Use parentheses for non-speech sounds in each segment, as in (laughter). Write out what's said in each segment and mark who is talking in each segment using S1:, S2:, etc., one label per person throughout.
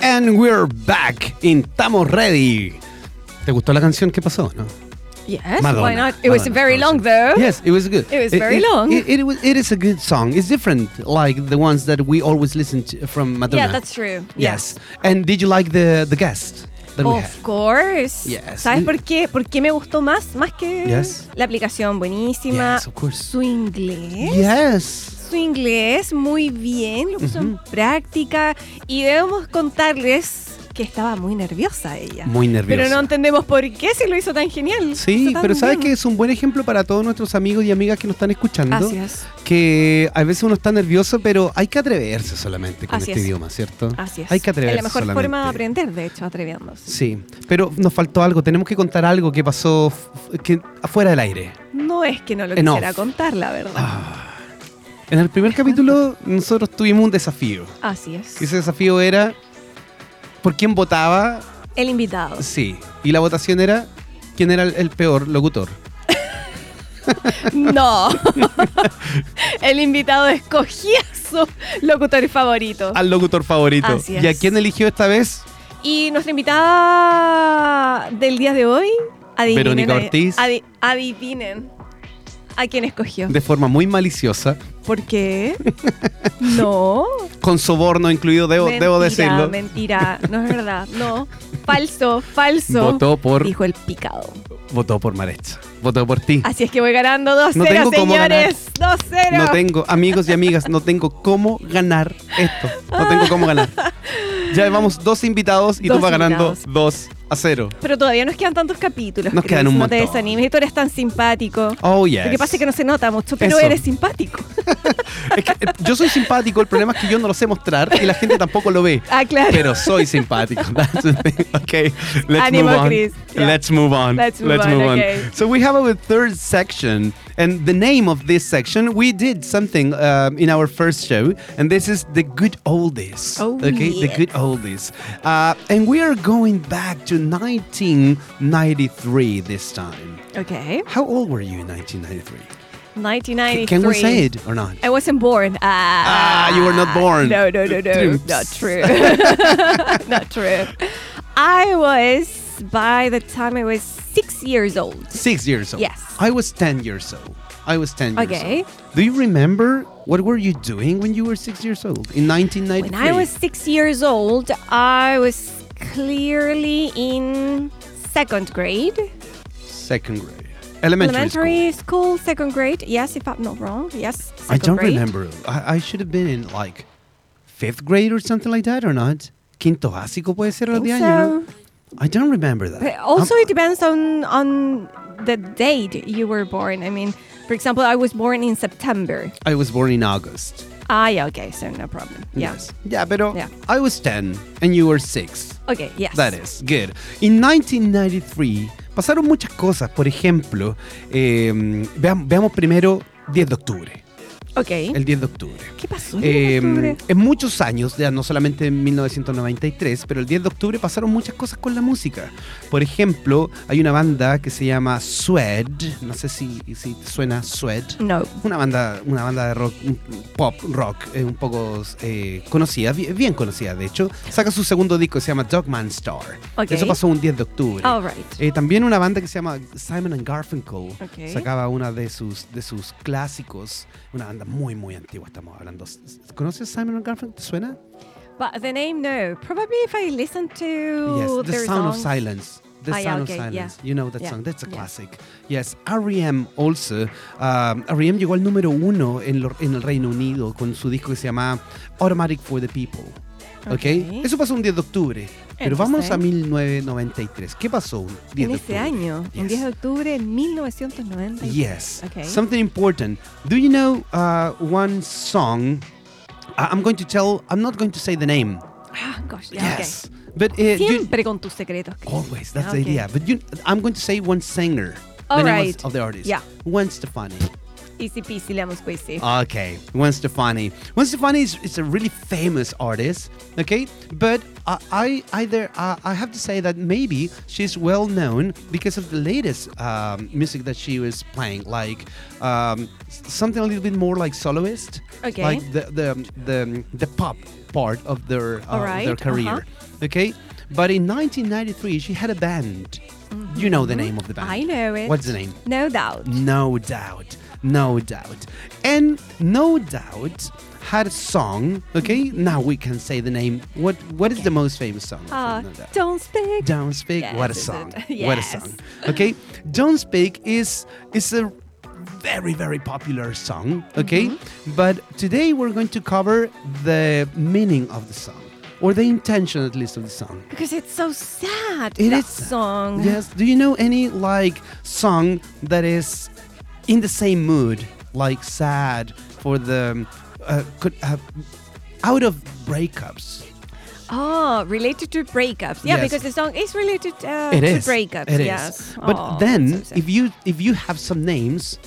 S1: And we're back in Estamos Ready. ¿Te gustó la canción? ¿Qué pasó? No?
S2: Yes,
S1: Madonna,
S2: why not? It was
S1: Madonna,
S2: very
S1: Madonna.
S2: long though.
S1: Yes, it was good.
S2: It was very long.
S1: It, it, was- it is a good song. It's different, like the ones that we always listen to from Madonna.
S2: Yeah, Oh, that's true.
S1: Yes. And did you like the the guest that we
S2: Of
S1: had?
S2: course.
S1: Yes.
S2: ¿Sabes por qué? ¿Por qué me gustó más? Más que
S1: Yes.
S2: la aplicación buenísima.
S1: Yes, of course.
S2: Su inglés.
S1: Yes.
S2: Su inglés muy bien, lo puso en práctica y debemos contarles que estaba muy nerviosa ella.
S1: Muy nerviosa.
S2: Pero no entendemos por qué se lo hizo tan genial. lo
S1: Sí,
S2: hizo tan
S1: pero sabes
S2: bien.
S1: que es un buen ejemplo para todos nuestros amigos y amigas que nos están escuchando.
S2: Así es.
S1: Que a veces uno está nervioso, pero hay que atreverse solamente con
S2: Así
S1: este
S2: es.
S1: idioma, ¿cierto?
S2: Así es.
S1: Hay que atreverse.
S2: Es la mejor
S1: solamente.
S2: forma de aprender, de hecho, atreviéndose.
S1: Sí, pero nos faltó algo. Tenemos que contar algo que pasó f- que afuera del aire.
S2: No es que no lo
S1: En
S2: quisiera
S1: off.
S2: contar, la
S1: Ah.
S2: verdad.
S1: En el primer capítulo nosotros tuvimos un desafío.
S2: Así es.
S1: Ese desafío era por quién votaba,
S2: El invitado.
S1: sí. Y la votación era quién era el, el peor locutor.
S2: No. (laughs) El invitado escogía a su locutor favorito.
S1: Al locutor favorito.
S2: Así
S1: ¿Y a
S2: es.
S1: quién eligió esta vez?
S2: Y nuestra invitada del día de hoy, adivinen,
S1: Verónica Ortiz.
S2: adi- adivinen a quién escogió.
S1: De forma muy maliciosa, (laughs)
S2: ¿Por qué? No.
S1: con soborno incluido, debo,
S2: mentira,
S1: debo decirlo.
S2: Mentira, no es
S1: (laughs)
S2: verdad. No. Falso, falso.
S1: Votó por,
S2: Dijo el picado.
S1: votó por Marecha. Votó por ti.
S2: Así es que voy ganando 2-0,
S1: No tengo cómo
S2: señores. 2-0.
S1: No tengo, amigos y amigas, no tengo cómo ganar esto. No tengo cómo ganar. Ya vamos dos invitados y tú
S2: Dos
S1: vas ganando
S2: invitados.
S1: 2 a 0.
S2: Pero todavía nos quedan tantos capítulos.
S1: Nos
S2: Chris,
S1: quedan un
S2: No te
S1: montón.
S2: desanimes, y tú eres tan simpático.
S1: Oh, yes.
S2: Lo que pasa es que no se nota mucho, pero
S1: Eso.
S2: eres simpático. (laughs)
S1: Es que, eh, yo soy simpático, el problema es que yo no lo sé mostrar y la gente tampoco lo ve.
S2: Ah, claro.
S1: Pero soy simpático. (laughs) That's the thing. Okay, let's
S2: Ánimo,
S1: move on.
S2: Chris. Yeah.
S1: Let's move on.
S2: Let's move on, okay.
S1: So we have our third section, and the name of this section we did something um, in our first show, and this is the good oldies.
S2: Oh,
S1: okay, the
S2: yes.
S1: good oldies, uh, and we are going back to 1993 this time.
S2: ok.
S1: How old were you in 1993?
S2: 1993.
S1: Can we say it or not?
S2: I wasn't born. Ah,
S1: Ah, you were not born.
S2: No, no, no, no.
S1: Dreams.
S2: not true. (laughs) not true. I was, by the time I was six years old.
S1: Six years old.
S2: Yes.
S1: I was 10 years old. I was 10 years
S2: Okay.
S1: old. Do you remember what were you doing when you were six years old in 1993?
S2: When I was six years old, I was clearly in second grade.
S1: second grade. Elementary,
S2: Elementary school. second grade. Yes, if I'm not wrong. Yes.
S1: school. I
S2: second
S1: don't
S2: grade.
S1: remember. I, I should have been in like fifth grade or something like that or not. Quinto básico puede ser
S2: Think
S1: de año.
S2: so.
S1: ¿no? I don't remember that.
S2: But also,
S1: Um,
S2: it depends on on the date you were born. I mean, for example, I was born in September.
S1: I was born in August.
S2: Ah, yeah, okay, so no problem. Yeah.
S1: Yes. Yeah, but uh,
S2: Yeah.
S1: I was 10 and you were 6.
S2: Okay, yes.
S1: That is, good. In 1993 pasaron muchas cosas. Por ejemplo, eh, veam- veamos primero 10 de octubre.
S2: Okay.
S1: El 10 de octubre.
S2: ¿Qué pasó? en
S1: Eh,
S2: octubre?
S1: en muchos años, ya no solamente en 1993, pero el 10 de octubre pasaron muchas cosas con la música. Por ejemplo, hay una banda que se llama Swed, no sé si, si te suena Swed.
S2: No.
S1: Una banda, una banda de rock, un- un pop rock, eh, un poco eh, conocida, bi- bien conocida de hecho. Saca su segundo disco, se llama Dogman Star.
S2: Ok. Oh.
S1: Eso pasó un 10 de octubre.
S2: All right.
S1: Eh, también una banda que se llama Simon and Garfunkel
S2: Ok.
S1: sacaba una de sus, de sus clásicos, una banda muy, muy antigua, estamos hablando. ¿Conoces Simon and Garfunkel? ¿Te suena?
S2: But the name, no. Probably if I listen to
S1: Yes, The
S2: their
S1: Sound of
S2: songs.
S1: Silence. The
S2: Ah, yeah,
S1: Sound
S2: okay,
S1: of
S2: yeah.
S1: Silence. You know that
S2: Yeah,
S1: song. That's a
S2: yeah.
S1: classic. Yes, R.E.M. also. Um, R.E.M. llegó al número uno en, lo- en el Reino Unido con su disco que se llama Automatic for the People. Okay.
S2: Ok.
S1: Eso pasó un 10 de octubre. Pero vamos a
S2: Interesting.
S1: 1993. ¿Qué pasó un 10
S2: En
S1: de
S2: ese
S1: octubre?
S2: año, el
S1: Yes.
S2: 10 de octubre en 1990.
S1: Yes.
S2: Okay.
S1: Something important. Do you know uh, one song? I- I'm going to tell. I'm not going to say the name.
S2: Ah, gosh, yeah,
S1: Yes. But uh,
S2: okay.
S1: do-
S2: Siempre con tus secretos. Chris.
S1: always that's
S2: Okay.
S1: the idea. But you, I'm going to say one singer.
S2: All
S1: the name
S2: right.
S1: of- of the artist.
S2: Yeah.
S1: Gwen Stefani.
S2: Easy peasy lemon squeezy.
S1: Okay, Gwen Stefani. Gwen Stefani is, is a really famous artist, okay? But I, I either uh, I have to say that maybe she's well known because of the latest um, music that she was playing, like um, s- something a little bit more like soloist,
S2: Okay.
S1: like the the the, the pop part of their uh,
S2: All right, uh-huh.
S1: their career, okay? But in 1993, she had a band. You know the name of the band.
S2: Mm-hmm. I know it.
S1: Ah, What's the name? Mm,
S2: No doubt.
S1: No doubt. No doubt. And no doubt had a song, okay?
S2: Mm-hmm.
S1: Now we can say the name. What what is the most famous song? from
S2: Ah,
S1: No Doubt?
S2: don't speak.
S1: Don't Speak.
S2: Yes,
S1: what a
S2: is (laughs)
S1: song.
S2: it?
S1: What a
S2: Yes.
S1: song.
S2: (laughs)
S1: Okay? Don't Speak is is a very very popular song, okay?
S2: Mm-hmm.
S1: But today we're going to cover the meaning of the song or the intention at least of the song.
S2: Because it's so sad.
S1: It
S2: that
S1: is sad.
S2: song.
S1: Yes. Do you know any like song that is in the same mood, like sad for the uh, could uh, out of breakups?
S2: Oh, related to breakups. Yeah,
S1: Yes.
S2: because the song is related uh,
S1: It
S2: to
S1: is
S2: breakups.
S1: It is.
S2: yes.
S1: But
S2: Oh,
S1: then,
S2: that's so sad.
S1: if you if you have some names,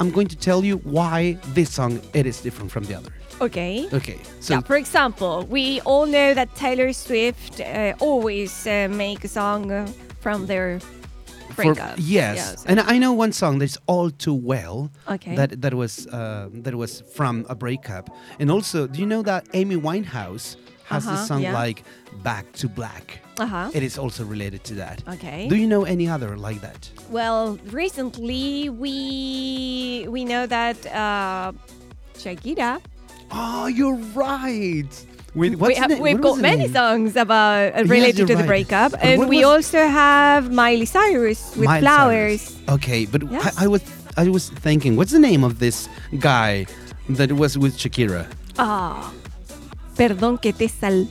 S1: I'm going to tell you why this song it is different from the other.
S2: okay.
S1: Okay. Oh, So
S2: yeah, for example, we all know that Taylor Swift uh, always uh, make a song uh, from their
S1: for-
S2: breakup.
S1: yes.
S2: Yeah, so-
S1: and I know one song that's all too well.
S2: Okay.
S1: That that was uh, that was from a breakup. And also, do you know that Amy Winehouse has
S2: Uh-huh,
S1: this song
S2: yeah.
S1: like "Back to Black"?
S2: Uh-huh.
S1: It is also related to that.
S2: Okay.
S1: Do you know any other like that?
S2: Well, recently we we know that uh, Shakira.
S1: Oh, you're right. With what's
S2: we
S1: the
S2: have,
S1: name?
S2: we've
S1: What was
S2: got
S1: the
S2: many
S1: name?
S2: songs about uh, related
S1: you're
S2: to the
S1: right.
S2: breakup,
S1: But
S2: and
S1: what
S2: we
S1: was-
S2: also have Miley Cyrus with
S1: Miley
S2: flowers.
S1: Cyrus. Okay, but
S2: Yes.
S1: I, I was I was thinking, what's the name of this guy that was with Shakira?
S2: Ah, perdón que te sal.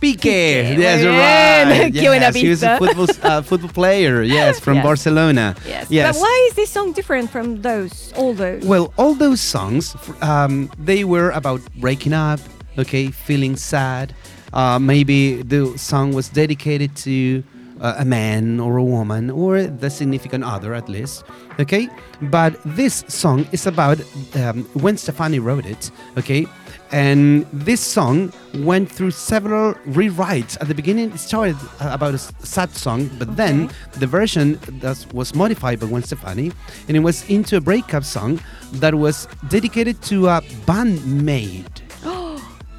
S1: Pique.
S2: Piqué,
S1: Yes,
S2: muy
S1: you're
S2: bien. (laughs)
S1: right.
S2: Qué buena
S1: Yes, he was a
S2: pista.
S1: football, uh, football player.
S2: (laughs)
S1: Yes, from
S2: Yes.
S1: Barcelona.
S2: Yes.
S1: Yes.
S2: But why is this song different from those? All those.
S1: Well, all those songs, f- um, they were about breaking up. Okay, feeling sad. Uh, maybe the song was dedicated to uh, a man or a woman or the significant other, at least. Okay, but this song is about um, when Stefani wrote it. Okay, and this song went through several rewrites. At the beginning, it started uh, about a s- sad song, but then the version that was modified by Gwen Stefani, and it was into a breakup song that was dedicated to a bandmate.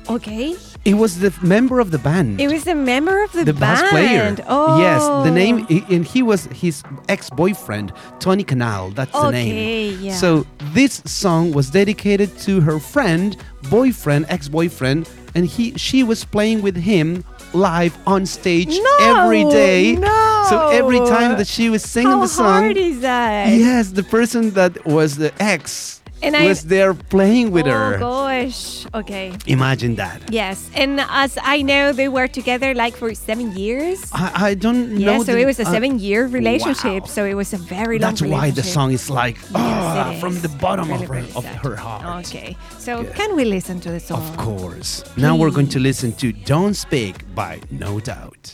S2: okay.
S1: It was the f- member of the band.
S2: It was a member of the,
S1: the
S2: band.
S1: bass player.
S2: Oh.
S1: Yes, the name, i- and he was his ex-boyfriend, Tony Canal. That's the name.
S2: Okay, yeah.
S1: So this song was dedicated to her friend, boyfriend, ex-boyfriend, and he she was playing with him live on stage
S2: No,
S1: every day.
S2: no.
S1: So every time that she was singing
S2: How
S1: the song,
S2: hard is that?
S1: yes, the person that was the ex
S2: And I-
S1: was there playing with
S2: oh
S1: her.
S2: gosh. Okay.
S1: Imagine that.
S2: Yes, and as I know, they were together like for seven years.
S1: I, I don't know.
S2: yeah, so
S1: the-
S2: it was a
S1: uh,
S2: seven-year relationship.
S1: wow.
S2: So it was a very long.
S1: That's why the
S2: relationship.
S1: song is like ah,
S2: it
S1: from
S2: is.
S1: the bottom
S2: Really,
S1: of, her,
S2: really
S1: of
S2: sad.
S1: her heart.
S2: Okay, so
S1: Good.
S2: can we listen to the song?
S1: Of course. Now we're going to listen to Don't Speak by No Doubt.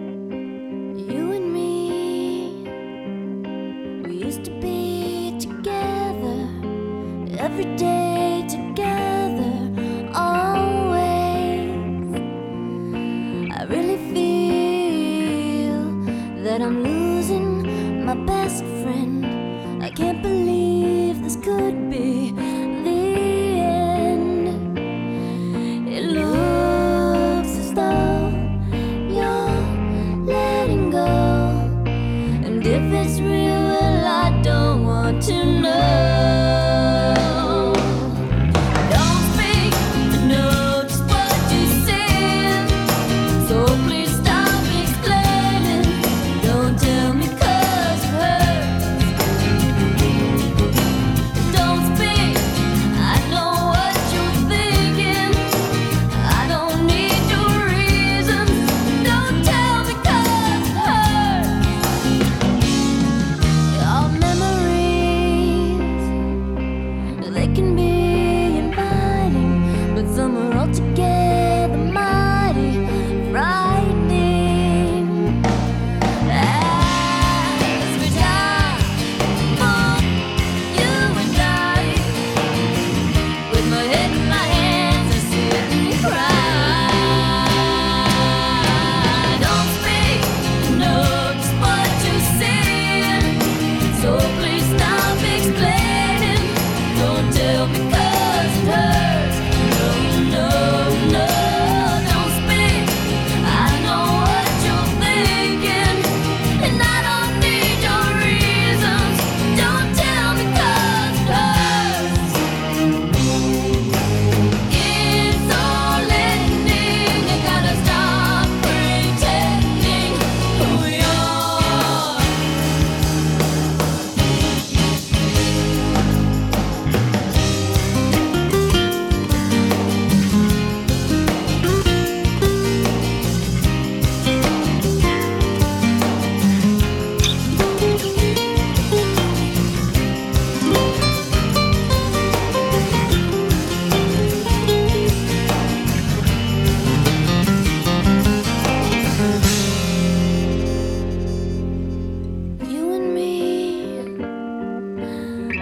S3: You and me, we used to be together every day, together, always. I really feel that I'm losing my best friend. I can't believe this could be the end. It looks as though you're letting go. And if it's real, well, I don't want to know. Don't speak to know just what you said. So please stop explaining. Don't tell me 'cause it hurts. Don't speak. I know what you're thinking. I don't need your reasons. Don't tell me 'cause it hurts. Our memories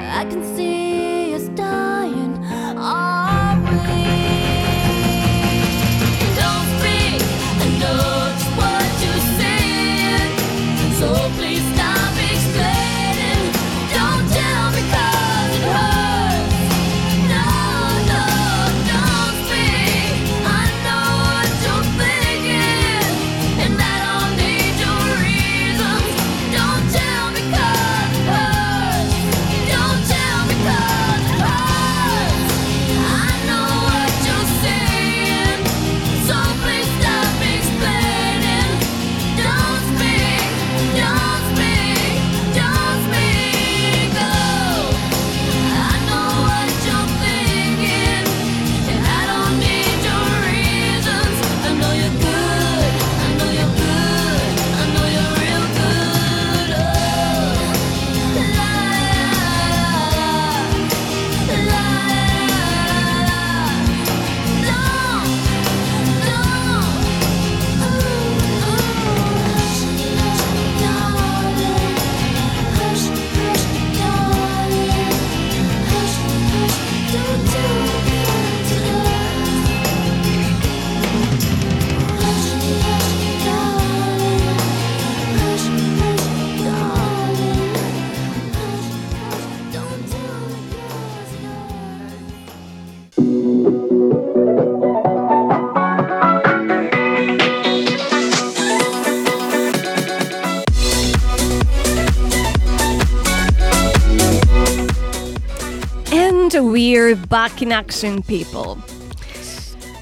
S3: I can see us dying. Are we? Don't speak. I know just what you're saying. So please stop explaining. Don't tell me 'cause it hurts. No, no, don't speak. I know what you're thinking, and I don't need your reasons. Don't tell me 'cause it hurts. Don't tell me 'cause it hurts. I know what you're saying, so please stop explaining. Don't speak, don't speak, don't speak. Oh. I know what you're thinking, and I don't need your reasons. I know you're good, I know you're good, I know you're real good. Oh, la la la, no, no. Don't tell me what to Hush, hush, darling. Hush, hush, darling. Hush, hush, don't tell me 'cause it hurts.
S2: And we're back in action, people.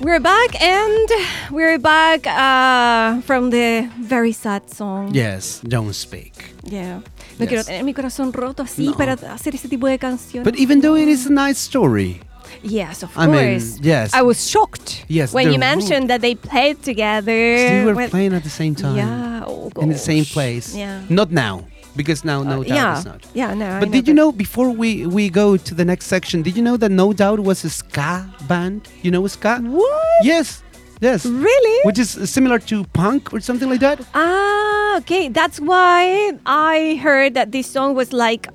S2: We're back, and we're back uh, from the very sad song.
S1: Yes, don't speak.
S2: Yeah. No
S1: Yes.
S2: quiero tener mi corazón roto así
S1: No.
S2: para hacer ese tipo de canciones.
S1: But even though it is a nice story,
S2: yes, of
S1: I mean,
S2: course.
S1: yes.
S2: I was shocked
S1: Yes,
S2: when
S1: the
S2: you mentioned that they played together.
S1: they were
S2: Eh, Well,
S1: playing at the same time.
S2: Yeah. oh,
S1: in the same
S2: gosh.
S1: place.
S2: Yeah.
S1: Not now, because now
S2: Uh,
S1: No Doubt
S2: yeah.
S1: is not.
S2: Yeah, no. I
S1: But did you know before we we go to the next section? Did you know that No Doubt was a ska band? You know ska?
S2: What?
S1: Yes, yes.
S2: Really?
S1: Which is similar to punk or something like that.
S2: Ah, okay. That's why I heard that this song was like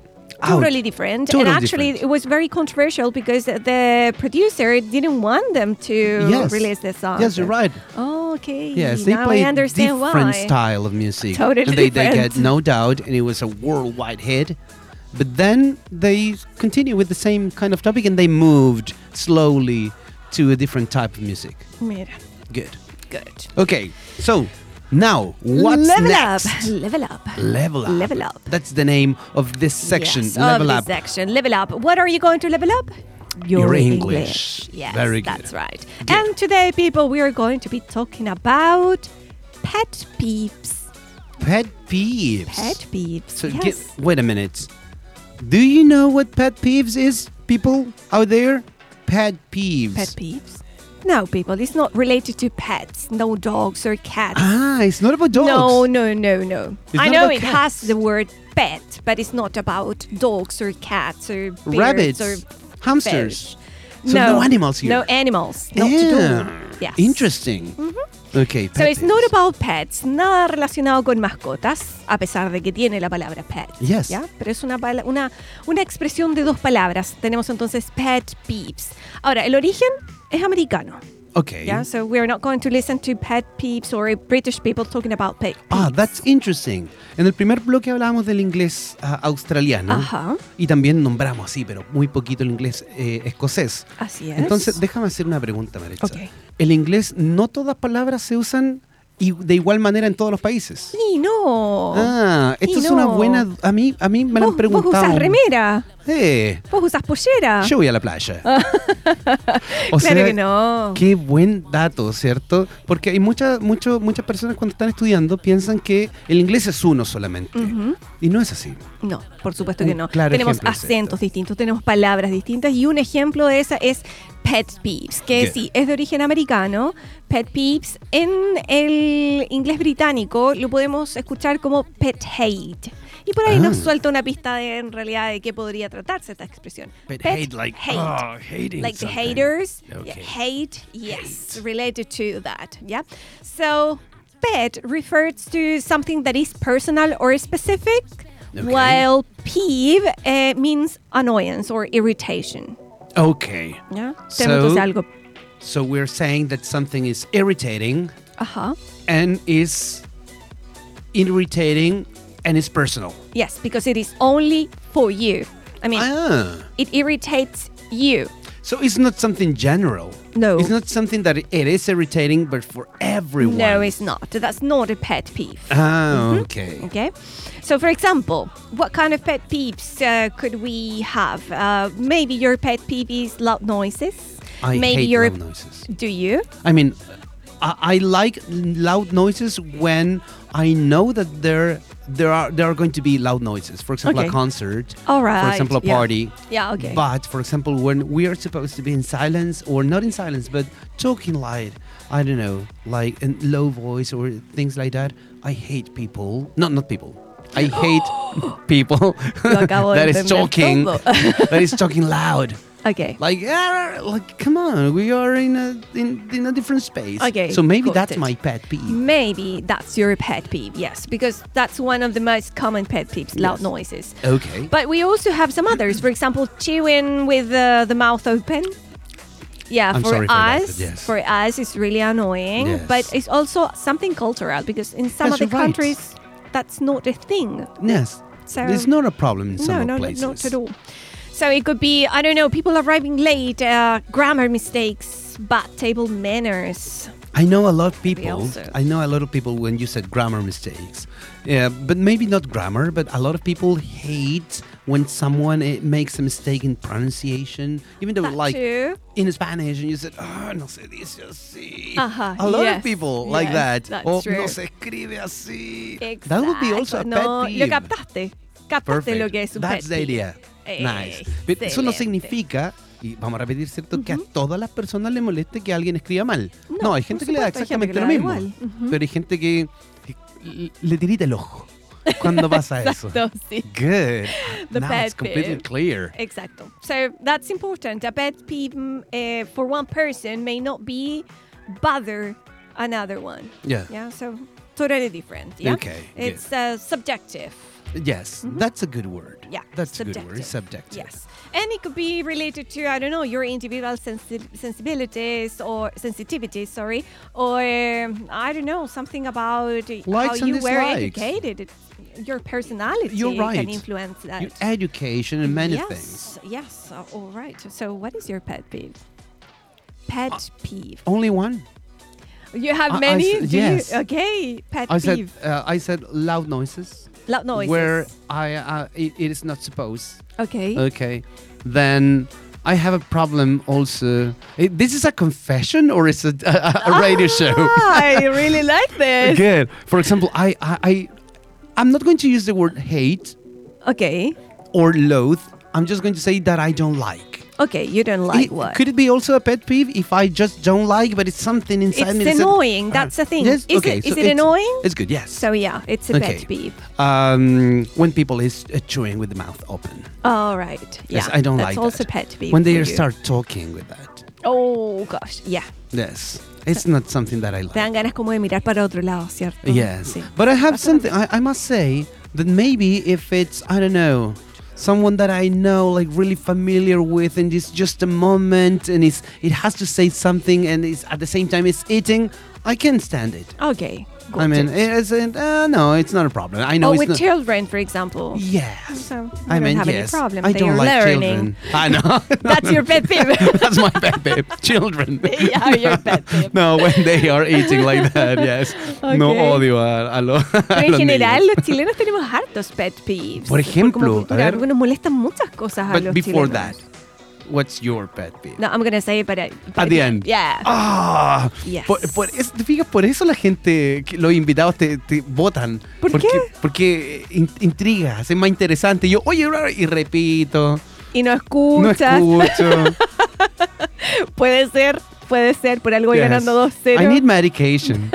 S2: totally
S1: Out.
S2: different.
S1: Totally
S2: and actually,
S1: different.
S2: it was very controversial because the producer didn't want them to
S1: yes.
S2: release the song.
S1: Yes, you're right.
S2: Oh, okay.
S1: Yes, they
S2: now
S1: play
S2: I understand
S1: different
S2: why.
S1: style of music.
S2: Totally
S1: and they, they
S2: different.
S1: get No Doubt, and it was a worldwide hit. But then they continue with the same kind of topic, and they moved slowly to a different type of music.
S2: Mira,
S1: Good.
S2: good.
S1: Okay, so now what's
S2: level
S1: next?
S2: up, level up,
S1: Level up.
S2: Level up.
S1: That's the name of this section.
S2: Yes,
S1: level
S2: of
S1: up.
S2: this section, level up. What are you going to level up?
S1: Your English.
S2: Yes,
S1: Very good.
S2: that's right. And today, people, we are going to be talking about pet peeves.
S1: Pet peeves.
S2: Pet peeves.
S1: So
S2: yes.
S1: gi- wait a minute. Do you know what pet peeves is, people out there? Pet peeves.
S2: pet peeves. No, people, it's not related to pets. No dogs or
S1: (gasps)
S2: cats.
S1: Ah, it's not about dogs.
S2: No, no, no, no.
S1: It's
S2: I
S1: not
S2: know
S1: about
S2: it
S1: cats.
S2: has the word pet, but it's not about dogs or cats or birds
S1: Rabbits.
S2: or
S1: hamsters.
S2: bears.
S1: So no animals here.
S2: No animals. Not
S1: yeah.
S2: to do. Yes. Mm-hmm.
S1: Interesting. Okay.
S2: So
S1: pet
S2: it's not
S1: peeves.
S2: about pets, nada relacionado con mascotas, a pesar de que tiene la palabra pet.
S1: Yes.
S2: ¿ya? Pero es una, pala- una, una expresión de dos palabras. Tenemos entonces pet peeves. Ahora, el origen es americano.
S1: Okay.
S2: Yeah, so we're not going to listen to pet peeves or British people talking about pet peeves.
S1: Ah, that's interesting. En el primer bloque hablábamos del inglés ah, australiano
S2: Ajá.
S1: y también nombramos, sí, pero muy poquito el inglés eh, escocés.
S2: Así es.
S1: Entonces, déjame hacer una pregunta, Maritza.
S2: Ok.
S1: El inglés, no todas palabras se usan y de igual manera en todos los países.
S2: Sí, no.
S1: Ah, esto
S2: Sí,
S1: es una
S2: Oh. no.
S1: buena. A mí, a mí me lo han
S2: Vos- Vos
S1: preguntado.
S2: usas remera,
S1: Eh,
S2: vos usas pollera.
S1: yo voy a la playa. o
S2: Ah. claro que no.
S1: Qué buen dato, ¿cierto? Porque hay muchas mucho, muchas personas cuando están estudiando piensan que el inglés es uno solamente. Y no es así.
S2: No, por supuesto
S1: Un
S2: que no.
S1: claro
S2: tenemos
S1: ejemplo es este. esto.
S2: acentos distintos, tenemos palabras distintas y un ejemplo de esa es pet peeves, que
S1: Bien.
S2: sí, es de origen americano. Pet peeves en el inglés británico lo podemos escuchar como pet hate. Y por ahí
S1: Ah.
S2: nos suelta una pista de en realidad de qué podría tratarse esta expresión.
S1: Pet hate, like, oh, hating
S2: Like the
S1: something.
S2: haters. yeah,
S1: Okay.
S2: hate, yes, related to that. Yeah. So, pet refers to something that is personal or specific
S1: Okay.
S2: while peeve eh, means annoyance or irritation.
S1: Okay.
S2: ¿ya?
S1: So-
S2: Tenemos algo.
S1: So we're saying that something is irritating
S2: Ajá.
S1: and is irritating and is personal.
S2: Yes, because it is only for you. I mean,
S1: Ah.
S2: it irritates you.
S1: So it's not something general.
S2: No.
S1: It's not something that it is irritating, but for everyone.
S2: No, it's Mm-hmm. not. That's not a pet peeve.
S1: Ah, okay.
S2: Okay. So, for example, what kind of pet peeves uh, could we have? Uh, maybe your pet peeve is loud noises.
S1: I
S2: maybe
S1: hate
S2: your
S1: loud noises.
S2: do you?
S1: I mean, I, I like loud noises when I know that there there are there are going to be loud noises. For example,
S2: Okay.
S1: a concert.
S2: All
S1: For
S2: right,
S1: example, a
S2: yeah.
S1: party.
S2: Yeah, okay.
S1: But for example, when we are supposed to be in silence or not in silence, but talking loud, I don't know, like in low voice or things like that. I hate people. Not not people.
S2: (gasps)
S1: I hate people
S2: acabo
S1: (laughs)
S2: de
S1: that is
S2: entender
S1: talking
S2: todo.
S1: that is talking
S2: (laughs)
S1: loud.
S2: Okay.
S1: Like, yeah, like, come on, we are in a in, in a different space.
S2: Okay,
S1: So maybe
S2: got
S1: that's
S2: it.
S1: my pet peeve.
S2: Maybe that's your pet peeve, yes, because that's one of the most common pet peeves, loud noises.
S1: Okay.
S2: But we also have some others, for example, chewing with uh, the mouth open. Yeah,
S1: I'm
S2: for
S1: sorry for that,
S2: us,
S1: but yes.
S2: for us, it's really annoying.
S1: Yes.
S2: But it's also something cultural because in some
S1: Yes,
S2: other
S1: you're right.
S2: countries, that's not a thing.
S1: yes.
S2: So-
S1: it's not a problem in some
S2: no, no,
S1: places.
S2: no, not at all. So it could be I don't know, people arriving late, uh, grammar mistakes, bad table manners.
S1: I know a lot of people.
S2: also-
S1: I know a lot of people when you said grammar mistakes. Yeah, but maybe not grammar, but a lot of people hate when someone eh, makes a mistake in pronunciation, even though
S2: That
S1: like
S2: too.
S1: in Spanish and you said, "Ah, no se dice así."
S2: Ajá,
S1: a lot
S2: Uh-huh, yes,
S1: of people like
S2: yes,
S1: that.
S2: that's
S1: oh, no
S2: true.
S1: se escribe así. That would be also a
S2: Exacto.
S1: pet
S2: no,
S1: peeve.
S2: Lo captaste. Captaste
S1: Perfect.
S2: lo que es un
S1: That's
S2: pet
S1: the
S2: peeve. Eh,
S1: idea. Nice. Pero eso no
S2: Excelente.
S1: significa, y vamos a repetir, ¿cierto? Que a todas las personas le moleste que alguien escriba mal. No, hay
S2: por
S1: gente que le da
S2: supuesto, hay
S1: exactamente
S2: gente que
S1: lo
S2: le
S1: mismo.
S2: da
S1: Pero hay gente que que le tirita el ojo cuando pasa eso.
S2: (laughs) Exacto, sí.
S1: Good.
S2: The
S1: Now
S2: pet
S1: it's completely
S2: peeve.
S1: clear.
S2: Exacto. So that's important. A pet peeve mm, eh, for one person may not be bother another one.
S1: Yeah.
S2: Yeah. So totally different. Yeah.
S1: Okay, good.
S2: It's uh, subjective.
S1: Yes, that's a good word.
S2: Yeah.
S1: That's a good word. It's subjective.
S2: Yes. And it could be related to I don't know your individual sensi- sensibilities or sensitivities. Sorry. Or um, I don't know something about uh,
S1: Likes
S2: how
S1: and
S2: you were
S1: dislikes.
S2: educated. It- Your personality
S1: You're right.
S2: can influence that.
S1: Your education and many
S2: yes,
S1: things.
S2: Yes, uh, all right. So, what is your pet peeve? Pet peeve.
S1: Only one.
S2: You have
S1: I- I
S2: many?
S1: said
S2: do you-
S1: yes.
S2: Okay, pet
S1: I said.
S2: peeve.
S1: Uh, I said loud noises.
S2: Loud noises.
S1: Where I uh, it, it is not supposed.
S2: okay.
S1: Okay, then I have a problem also. Eh, This is a confession or is it a, a, a
S2: (laughs)
S1: radio show?
S2: Ah, I really
S1: (laughs)
S2: like this.
S1: Good. For example, I, I I I'm not going to use the word hate
S2: Okay.
S1: or loathe. I'm just going to say that I don't like.
S2: Okay, you don't
S1: It-
S2: like what?
S1: Could it be also a pet peeve if I just don't like, but it's something inside
S2: It's
S1: me? that said-
S2: annoying, that's the thing.
S1: Yes.
S2: Is
S1: okay.
S2: it-
S1: so
S2: is it
S1: it's-
S2: annoying?
S1: It's good. Yes.
S2: so, yeah, it's a
S1: okay.
S2: pet peeve.
S1: Um, when people is uh, chewing with the mouth open.
S2: All right. Yeah.
S1: Yes, I don't
S2: that's
S1: like
S2: also
S1: that.
S2: pet peeve.
S1: When they
S2: for you.
S1: start talking with that.
S2: Oh, gosh. Yeah.
S1: Yes. It's not something that I like.
S2: Te dan ganas como de mirar para otro lado, ¿cierto?
S1: Yes.
S2: Sí.
S1: But I have something, I, I must say that maybe if it's, I don't know, someone that I know, like really familiar with, and it's just a moment and it's, it has to say something and it's at the same time it's eating, I can stand it.
S2: Okay.
S1: I mean,
S2: got it.
S1: it's, uh, no, it's not a problem. I know
S2: or
S1: it's
S2: Oh, with
S1: not.
S2: children, for
S1: (laughs)
S2: example.
S1: Yes.
S2: So, you
S1: I
S2: don't
S1: mean,
S2: have any
S1: yes.
S2: problem.
S1: I
S2: They
S1: don't
S2: are
S1: like
S2: learning.
S1: children. I know.
S2: (laughs) That's your pet
S1: (laughs)
S2: peeve.
S1: That's my pet peeve.
S2: (laughs)
S1: Children.
S2: They are your
S1: (laughs)
S2: pet peeve.
S1: No, when they are eating like
S2: (laughs)
S1: that, yes. No
S2: Okay.
S1: odio a, a lo- (laughs) a
S2: Pero (laughs) en
S1: los
S2: general,
S1: niños.
S2: los chilenos tenemos hartos pet peeves.
S1: Por ejemplo,
S2: como
S1: a
S2: cultura,
S1: ver.
S2: porque nos molestan muchas cosas a
S1: But
S2: los
S1: before
S2: chilenos.
S1: that, what's your pet peeve?
S2: No, I'm gonna say it, but I- but
S1: At the end.
S2: Yeah.
S1: Ah,
S2: Yes.
S1: por, por es- te fijas, por eso la gente, que los invitados te, te votan.
S2: ¿Por
S1: porque,
S2: qué?
S1: Porque in- intriga, es más interesante. Yo, oye, raro", y repito,
S2: Y no
S1: no
S2: escuchas.
S1: escucho.
S2: puede ser, puede ser. Por algo (laughs) voy
S1: Yes.
S2: ganando
S1: I
S2: 2-0.
S1: need medication.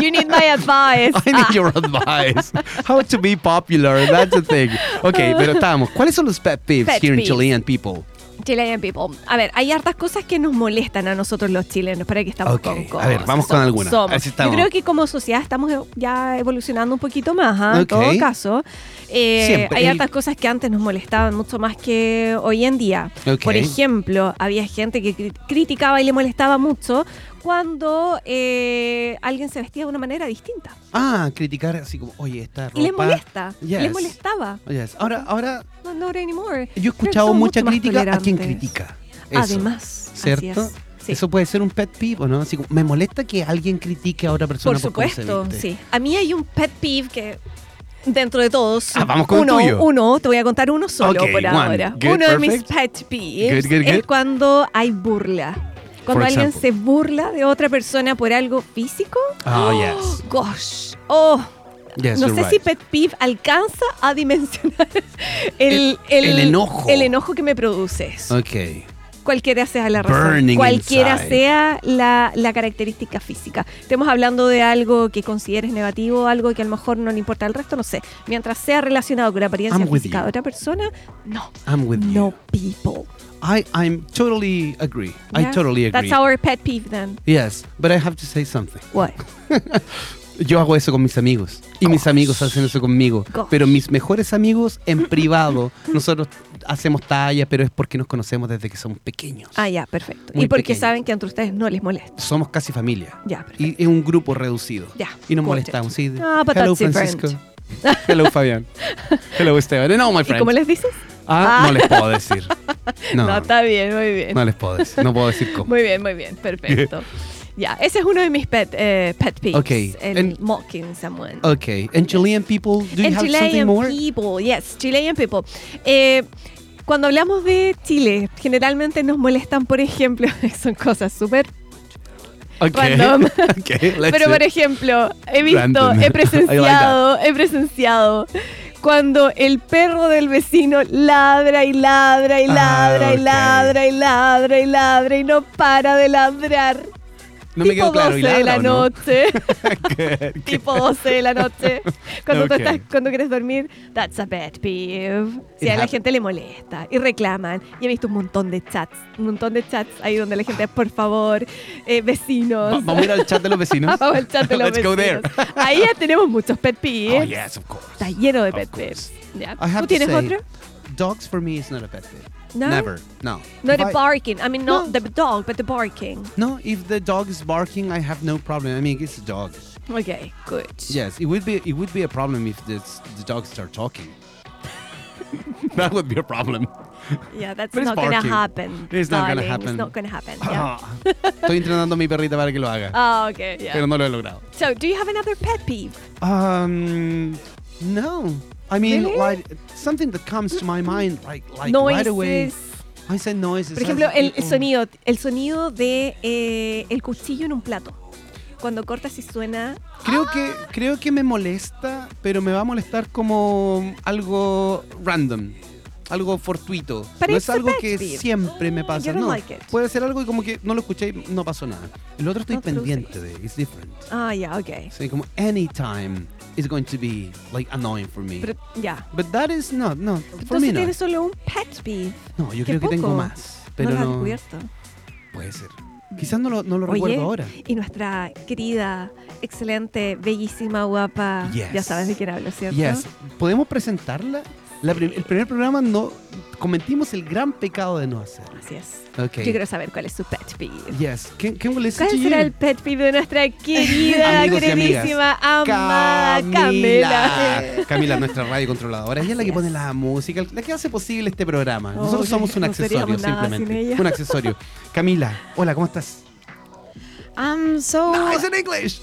S2: you need my
S1: (laughs)
S2: advice. Ah,
S1: I need your advice. How to be popular, that's the thing. Okay, pero estamos. ¿Cuáles son los pet peeves
S2: Pet
S1: here in
S2: peeves.
S1: Chilean people?
S2: Ah, Chilean people. A ver, hay hartas cosas que nos molestan a nosotros los chilenos, para que estamos
S1: Ok,
S2: con cosas.
S1: a ver, vamos con
S2: Som-
S1: alguna.
S2: somos.
S1: Así estamos.
S2: Yo creo que como sociedad estamos evo- ya evolucionando un poquito más, ¿ah?
S1: Ok.
S2: en todo caso. Eh,
S1: Siempre.
S2: hay
S1: El-
S2: hartas cosas que antes nos molestaban mucho más que hoy en día.
S1: Ok.
S2: Por ejemplo, había gente que cri- criticaba y le molestaba mucho cuando eh, alguien se vestía de una manera distinta.
S1: Ah, criticar así como, oye, esta ropa.
S2: Y les molesta,
S1: Yes.
S2: les molestaba.
S1: Yes. Ahora, ahora
S2: No, not anymore.
S1: yo he escuchado
S2: somos
S1: mucha
S2: mucho más
S1: crítica a quien
S2: tolerantes.
S1: critica. Eso,
S2: Además, así
S1: ¿Cierto?
S2: es. Sí.
S1: Eso puede ser un pet peeve, ¿o ¿no? Así como, me molesta que alguien critique a otra persona por,
S2: Por
S1: cómo se
S2: supuesto,
S1: viste.
S2: sí. A mí hay un pet peeve que dentro de todos,
S1: Ah, vamos con el
S2: uno,
S1: tuyo.
S2: uno, te voy a contar uno solo
S1: Ok,
S2: por
S1: one.
S2: ahora.
S1: Good,
S2: uno de mis
S1: perfect.
S2: pet peeves
S1: Good, good,
S2: es
S1: good.
S2: cuando hay burla. Cuando
S1: For
S2: alguien
S1: example.
S2: se burla de otra persona por algo físico.
S1: Ah, yes.
S2: (gasps) Gosh. Oh.
S1: Yes,
S2: no
S1: you're
S2: sé
S1: right.
S2: si Pet Peeve alcanza a dimensionar (laughs) el, el,
S1: el enojo.
S2: el enojo que me produce eso.
S1: Ok.
S2: Cualquiera sea la razón,
S1: Burning
S2: cualquiera
S1: inside.
S2: sea la, la característica física. Estemos hablando de algo que consideres negativo, algo que a lo mejor no le importa al resto, no sé. Mientras sea relacionado con la apariencia
S1: I'm with
S2: física
S1: you.
S2: de otra persona, no.
S1: I'm with
S2: no
S1: you.
S2: people.
S1: I, I'm totally agree. I
S2: Yeah?
S1: totally agree.
S2: That's our pet peeve then.
S1: Yes, but I have to say something.
S2: What?
S1: Yo hago eso con mis amigos y mis amigos hacen eso conmigo.
S2: Gosh.
S1: Pero mis mejores amigos en privado, (laughs) nosotros hacemos talla, pero es porque nos conocemos desde que somos pequeños.
S2: Ah, ya, perfecto.
S1: Muy
S2: y porque
S1: pequeño.
S2: saben que entre ustedes no les molesta.
S1: Somos casi familia.
S2: Ya, perfecto.
S1: Y es un grupo reducido.
S2: Ya,
S1: Y nos
S2: got
S1: molestamos.
S2: it.
S1: Sí.
S2: Ah, but
S1: Hello,
S2: that's different.
S1: Francisco. Hello, Fabián. Hello, Esteban. And all my
S2: (laughs) ¿Y
S1: friends.
S2: cómo les dices?
S1: Ah,
S2: Ah.
S1: no les puedo
S2: (laughs)
S1: decir. No,
S2: No, está bien, muy bien.
S1: no les puedo decir. No puedo decir cómo.
S2: Muy bien, muy bien,
S1: (laughs)
S2: perfecto. ya, ese es uno de mis pet, eh, pet peeves.
S1: Ok,
S2: El
S1: and-
S2: mocking someone.
S1: Okay. And Chilean people, do you
S2: And
S1: have something
S2: Chilean
S1: more?
S2: people, yes, Chilean people. Eh, cuando hablamos de Chile, generalmente nos molestan, por ejemplo, (laughs) son cosas súper
S1: Okay. (laughs)
S2: Random.
S1: okay. Let's
S2: Pero
S1: see.
S2: por ejemplo, he visto,
S1: Random. I (laughs)
S2: he
S1: like
S2: presenciado, he presenciado cuando el perro del vecino ladra y ladra y
S1: Ah,
S2: ladra y
S1: ok.
S2: ladra y ladra y ladra y no para de ladrar.
S1: no me quedó
S2: tipo
S1: claro.
S2: 12
S1: ¿y
S2: de
S1: ladra
S2: la
S1: o no? (laughs)
S2: noche. tipo 12 de la noche. Cuando tú
S1: Ok.
S2: estás, cuando quieres dormir, that's a bad peeve. Sí,
S1: It
S2: a la
S1: happens.
S2: gente le molesta y reclaman. Y he visto un montón de chats, un montón de chats ahí donde la gente, por favor, eh,
S1: Va-
S2: vecinos.
S1: Vamos
S2: (laughs)
S1: a ir al chat de los vecinos.
S2: Vamos al chat de los
S1: Let's go there.
S2: vecinos. Ahí ya tenemos muchos pet peeves.
S1: Oh, yes, of course.
S2: Está lleno de
S1: Of
S2: pet
S1: course.
S2: peeves. Ya.
S1: I have to
S2: ¿Tú tienes
S1: say,
S2: otro?
S1: Dogs for me is not a pet peeve.
S2: No?
S1: Never. No.
S2: No,
S1: If
S2: the
S1: I-
S2: barking. I mean, not
S1: No.
S2: the dog, but the barking.
S1: No, if the dog is barking, I have no problem. I mean, it's a dog.
S2: Okay, good.
S1: Yes, it would be it would be a problem if this, the dogs start
S2: (laughs)
S1: talking. that would be a problem.
S2: Yeah, that's
S1: But it's
S2: not going to
S1: barking.
S2: happen.
S1: It's not gonna
S2: darling. It's
S1: happen.
S2: not going
S1: (laughs)
S2: to happen. yeah.
S1: Estoy entrenando a mi perrita para que lo haga,
S2: Oh, okay. Yeah.
S1: pero no lo he logrado.
S2: So, do you have another pet peeve?
S1: Um, no. I mean,
S2: Really? Mm-hmm.
S1: like something that comes to my mind, like like right away.
S2: Noises.
S1: I say noises.
S2: Por ejemplo,
S1: I say
S2: el
S1: people-
S2: sonido, el sonido de eh, el cuchillo en un plato. Cuando cortas y suena.
S1: Creo que creo que me molesta, pero me va a molestar como algo random, algo fortuito.
S2: But
S1: no
S2: it's
S1: es
S2: a
S1: algo
S2: pet
S1: que
S2: peeve.
S1: siempre me
S2: Mm,
S1: pasa,
S2: you don't
S1: no.
S2: like it.
S1: Puede ser algo y como que no lo escuché y no pasó nada. El otro estoy
S2: No te produce
S1: pendiente de, it's different.
S2: Ah, yeah, okay.
S1: Sí, como anytime is going to be like annoying for me.
S2: Pero ya.
S1: But that is not, no, for me
S2: Entonces
S1: no.
S2: tienes solo un pet peeve.
S1: No, yo
S2: Qué
S1: creo que tengo
S2: poco.
S1: más, pero
S2: no lo has
S1: no,
S2: descubierto.
S1: puede ser. Quizás no lo, no lo recuerdo
S2: Oye,
S1: ahora.
S2: Y nuestra querida, excelente, bellísima, guapa.
S1: Yes.
S2: Ya sabes de quién hablo, ¿cierto?
S1: Yes. ¿Podemos presentarla? La prim- el primer programa no cometimos el gran pecado de no hacerlo.
S2: Así es. Yo
S1: Okay.
S2: quiero saber cuál es su pet peeve.
S1: Yes. Can, can we listen
S2: ¿Cuál
S1: to
S2: será
S1: you?
S2: el pet peeve de nuestra querida,
S1: Amigos y amigas,
S2: queridísima, amada Camila?
S1: (laughs) Camila, nuestra radio controladora. Ella es la
S2: Así
S1: que pone
S2: es.
S1: la música, la que hace posible este programa.
S2: Oh,
S1: Nosotros somos
S2: sí,
S1: un
S2: no
S1: accesorio,
S2: seríamos nada sin
S1: simplemente.
S2: ella.
S1: Un accesorio. Camila, hola, ¿cómo estás?
S4: Um, so
S1: No, it's in English.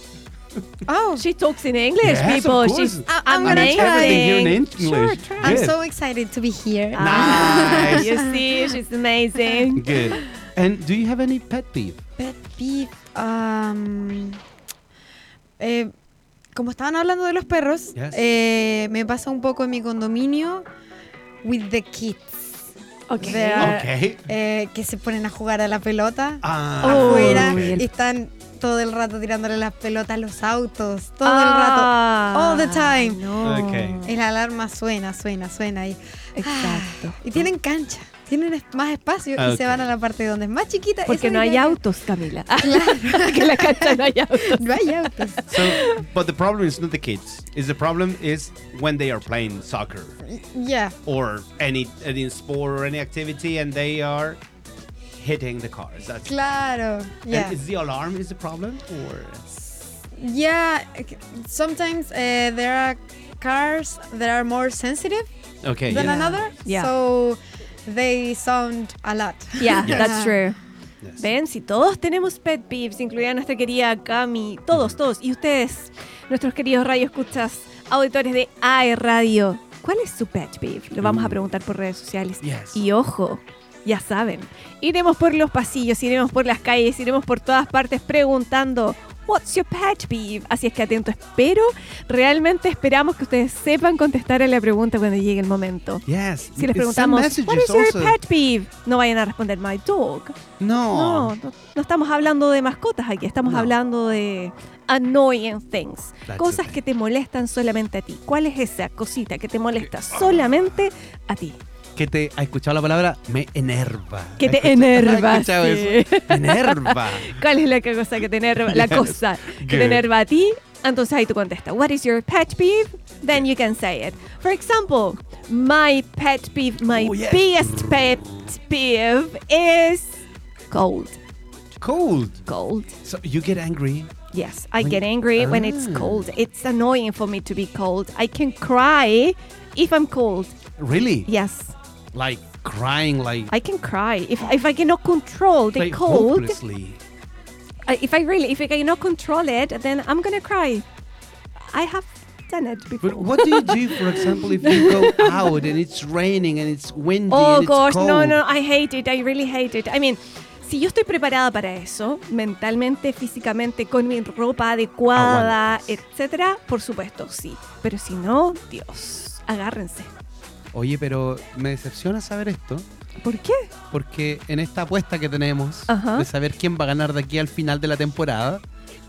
S4: oh,
S2: She talks in English,
S1: Yes, of
S2: people.
S1: course.
S2: She's
S4: I- I'm gonna
S2: amazing.
S4: try.
S1: Everything here in English.
S2: Sure, try.
S4: I'm
S1: Good.
S4: so excited to be here.
S2: Ah,
S1: Nice.
S2: you see, she's
S4: (laughs)
S2: amazing.
S1: Good. And do you have any pet peeve?
S4: Pet peeve, um, eh, como estaban hablando de los perros,
S1: Yes.
S4: eh, me pasa un poco en mi condominio with the kids,
S2: Okay.
S4: There are-
S1: Okay.
S4: eh, que se ponen a jugar a la pelota
S1: Ah,
S2: Uh, Oh,
S4: afuera
S1: okay.
S4: y están todo el rato tirándole las pelotas a los autos, todo
S2: Ah,
S4: all the time.
S2: No.
S1: Okay.
S4: el rato. Y la alarma suena, suena, suena y,
S2: Exacto.
S4: y tienen cancha, tienen es- más espacio
S1: Ah,
S4: y se
S1: ok.
S4: van a la parte donde es más chiquita.
S2: Porque
S4: Eso
S2: no hay
S4: diría yo.
S2: autos,
S4: (laughs)
S2: Camila. (laughs) Porque en la cancha no hay autos.
S4: No hay autos.
S1: So, but the problem is not the kids. Is the problem is when they are playing soccer
S4: Ya.
S1: or any any sport or any activity and they are hitting the cars. That's
S4: Claro.
S1: and
S4: Ya.
S1: is the alarm is the problem or
S4: Yeah, sometimes uh, there are cars that are more sensitive
S1: okay?
S4: than
S1: yeah.
S4: another,
S2: Yeah.
S4: so they sound a lot.
S2: Yeah,
S1: Yes.
S2: that's true.
S1: Yes.
S2: Ven, si todos tenemos pet peeves, incluida nuestra querida Cami, todos, todos, y ustedes, nuestros queridos radio escuchas, auditores de AE Radio, ¿cuál es su pet peeve? Lo vamos a
S1: Mm.
S2: preguntar por redes sociales.
S1: Yes.
S2: Y ojo, ya saben, iremos por los pasillos, iremos por las calles, iremos por todas partes preguntando. What's your pet peeve? Así es que atento, espero, realmente esperamos que ustedes sepan contestar a la pregunta cuando llegue el momento.
S1: Yes.
S2: Si
S1: It's
S2: les preguntamos,
S1: some
S2: what
S1: messages
S2: is your
S1: also.
S2: pet peeve? No vayan a responder my dog.
S1: No.
S2: No, no, no estamos hablando de mascotas aquí, estamos
S1: No.
S2: hablando de annoying things,
S1: That's
S2: cosas
S1: the
S2: que te molestan solamente a ti. ¿Cuál es esa cosita que te molesta solamente a ti?
S1: Que te ha escuchado la palabra me enerva.
S2: Que
S1: ¿Ha
S2: te
S1: escuchado-
S2: enerva,
S1: ¿Ha escuchado
S2: sí.
S1: eso? Me enerva.
S2: (laughs) ¿Cuál es la que- cosa que
S1: (laughs)
S2: te enerva? La
S1: Yes.
S2: cosa que
S1: Good.
S2: te enerva a ti. Entonces ahí tú contestas, what is your pet peeve? Then you can say it. For example, my pet peeve, my
S1: Oh, yes.
S2: biggest pet peeve is cold.
S1: Cold.
S2: Cold.
S1: So you get angry.
S2: Yes, I
S1: When
S2: get
S1: you-
S2: angry when it's
S1: Ah.
S2: cold. It's annoying for me to be cold. I can cry if I'm cold.
S1: Really?
S2: Yes,
S1: Like crying like
S2: I can cry if, if I cannot control the
S1: like
S2: cold.
S1: hopelessly.
S2: I- If I really, if I cannot control it, then I'm gonna cry. I have done it before.
S1: But what do you do, for example, if you go
S2: (laughs)
S1: out and it's raining and it's windy
S2: Oh
S1: and
S2: gosh,
S1: it's cold?
S2: no, no, I hate it. I really hate it. I mean, si yo estoy preparada para eso, mentalmente, físicamente, con mi ropa adecuada,
S1: Aguantas.
S2: etcétera, por supuesto, sí. Pero si no, Dios, agárrense.
S1: Oye, pero me decepciona saber esto,
S2: ¿Por qué?
S1: porque en esta apuesta que tenemos
S2: Ajá.
S1: de saber quién va a ganar de aquí al final de la temporada,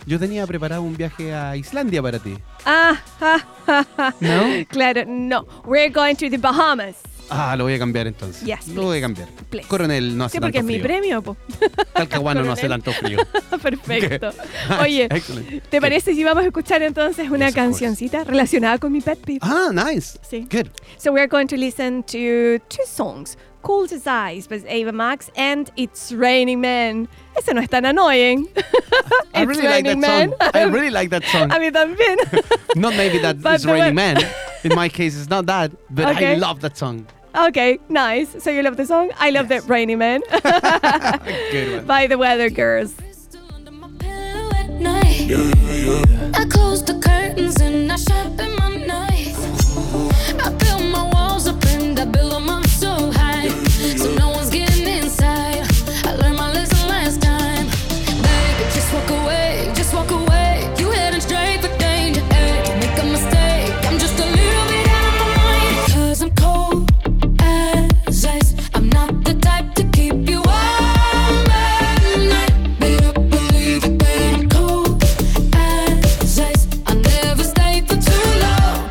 S1: yo tenía preparado un viaje a Islandia para ti.
S2: Ah, ja, ja, ja.
S1: No.
S2: Claro, no. We're going to the Bahamas.
S1: Ah, lo voy a cambiar entonces.
S2: Yes,
S1: lo voy a cambiar.
S2: please.
S1: Coronel no hace
S2: Sí, porque es
S1: tanto
S2: mi
S1: frío.
S2: premio, po. (laughs)
S1: Talcahuano no hace
S2: Coronel.
S1: tanto frío.
S2: Perfecto. (laughs)
S1: (laughs)
S2: Oye,
S1: Excellent.
S2: ¿te parece si vamos a escuchar entonces una
S1: Yes, of course.
S2: cancioncita relacionada con mi pet peeve?
S1: Ah, nice.
S2: Sí.
S1: Good.
S2: So we're going to listen to two songs. Cold as Ice by Ava Max and It's Raining Man. Ese no es
S1: (laughs)
S2: tan annoying.
S1: I
S2: It's
S1: really like that
S2: Raining
S1: song.
S2: Man.
S1: I really like that
S2: (laughs)
S1: song.
S2: A mí también.
S1: Not maybe that
S2: (laughs) But
S1: it's
S2: the
S1: Raining
S2: way-
S1: Man. In my case, it's not that, but I
S2: Okay.
S1: love that song.
S2: okay, nice. So you love the song? I love
S1: Yes.
S2: the Raining Man
S1: Good one.
S2: (laughs) by the Weather Girls.
S3: Crystal under my pillow at night. I close the curtains and I sharpen my knife. I build my walls up and I build them up so high. So no one's getting inside. I learned my lesson last time. Baby, just walk away, just walk away. You heading straight for danger. Hey, don't make a mistake. I'm just a little bit out of my mind. Cause I'm cold as ice. I'm not the type to keep you warm at night. Better believe it, babe. I'm cold as ice. I never stay for too long. eh?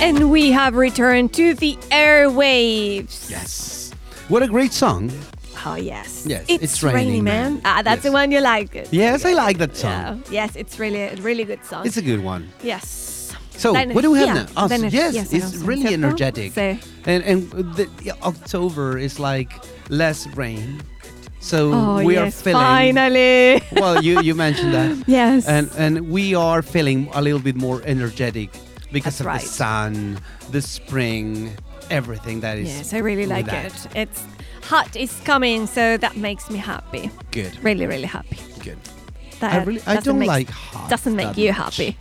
S2: And we have returned to the airwaves.
S1: Yes. What a great song.
S2: Oh, yes.
S1: Yes,
S2: It's,
S1: It's
S2: Rainy,
S1: Raining
S2: Man.
S1: Man.
S2: Ah, that's the
S1: Yes.
S2: one you like. Yes,
S1: Yes, I like that song.
S2: Yes, it's really a really good song.
S1: It's a good one.
S2: yes.
S1: So,
S2: La
S1: what do we have
S2: energía,
S1: now? Ah,
S2: la
S1: so-
S2: energía
S1: yes,
S2: se
S1: it's
S2: nos-
S1: really
S2: ¿cierto?
S1: energetic.
S2: Sí.
S1: And, and the, yeah, October is like less rain. So
S2: Oh,
S1: Mm, we are
S2: yes,
S1: feeling. (laughs)
S2: finally.
S1: Well, you, you mentioned
S2: (laughs)
S1: that.
S2: yes.
S1: and and we are feeling a little bit more energetic because
S2: That's
S1: of
S2: right.
S1: the sun, the spring, everything that is.
S2: yes, I really
S1: with
S2: like
S1: that.
S2: it. It's hot is coming, so that makes me happy.
S1: Good,
S2: Really, really happy.
S1: good.
S2: That
S1: I really, I
S2: doesn't
S1: don't
S2: make-
S1: like hot.
S2: doesn't make
S1: that
S2: you
S1: much,
S2: happy.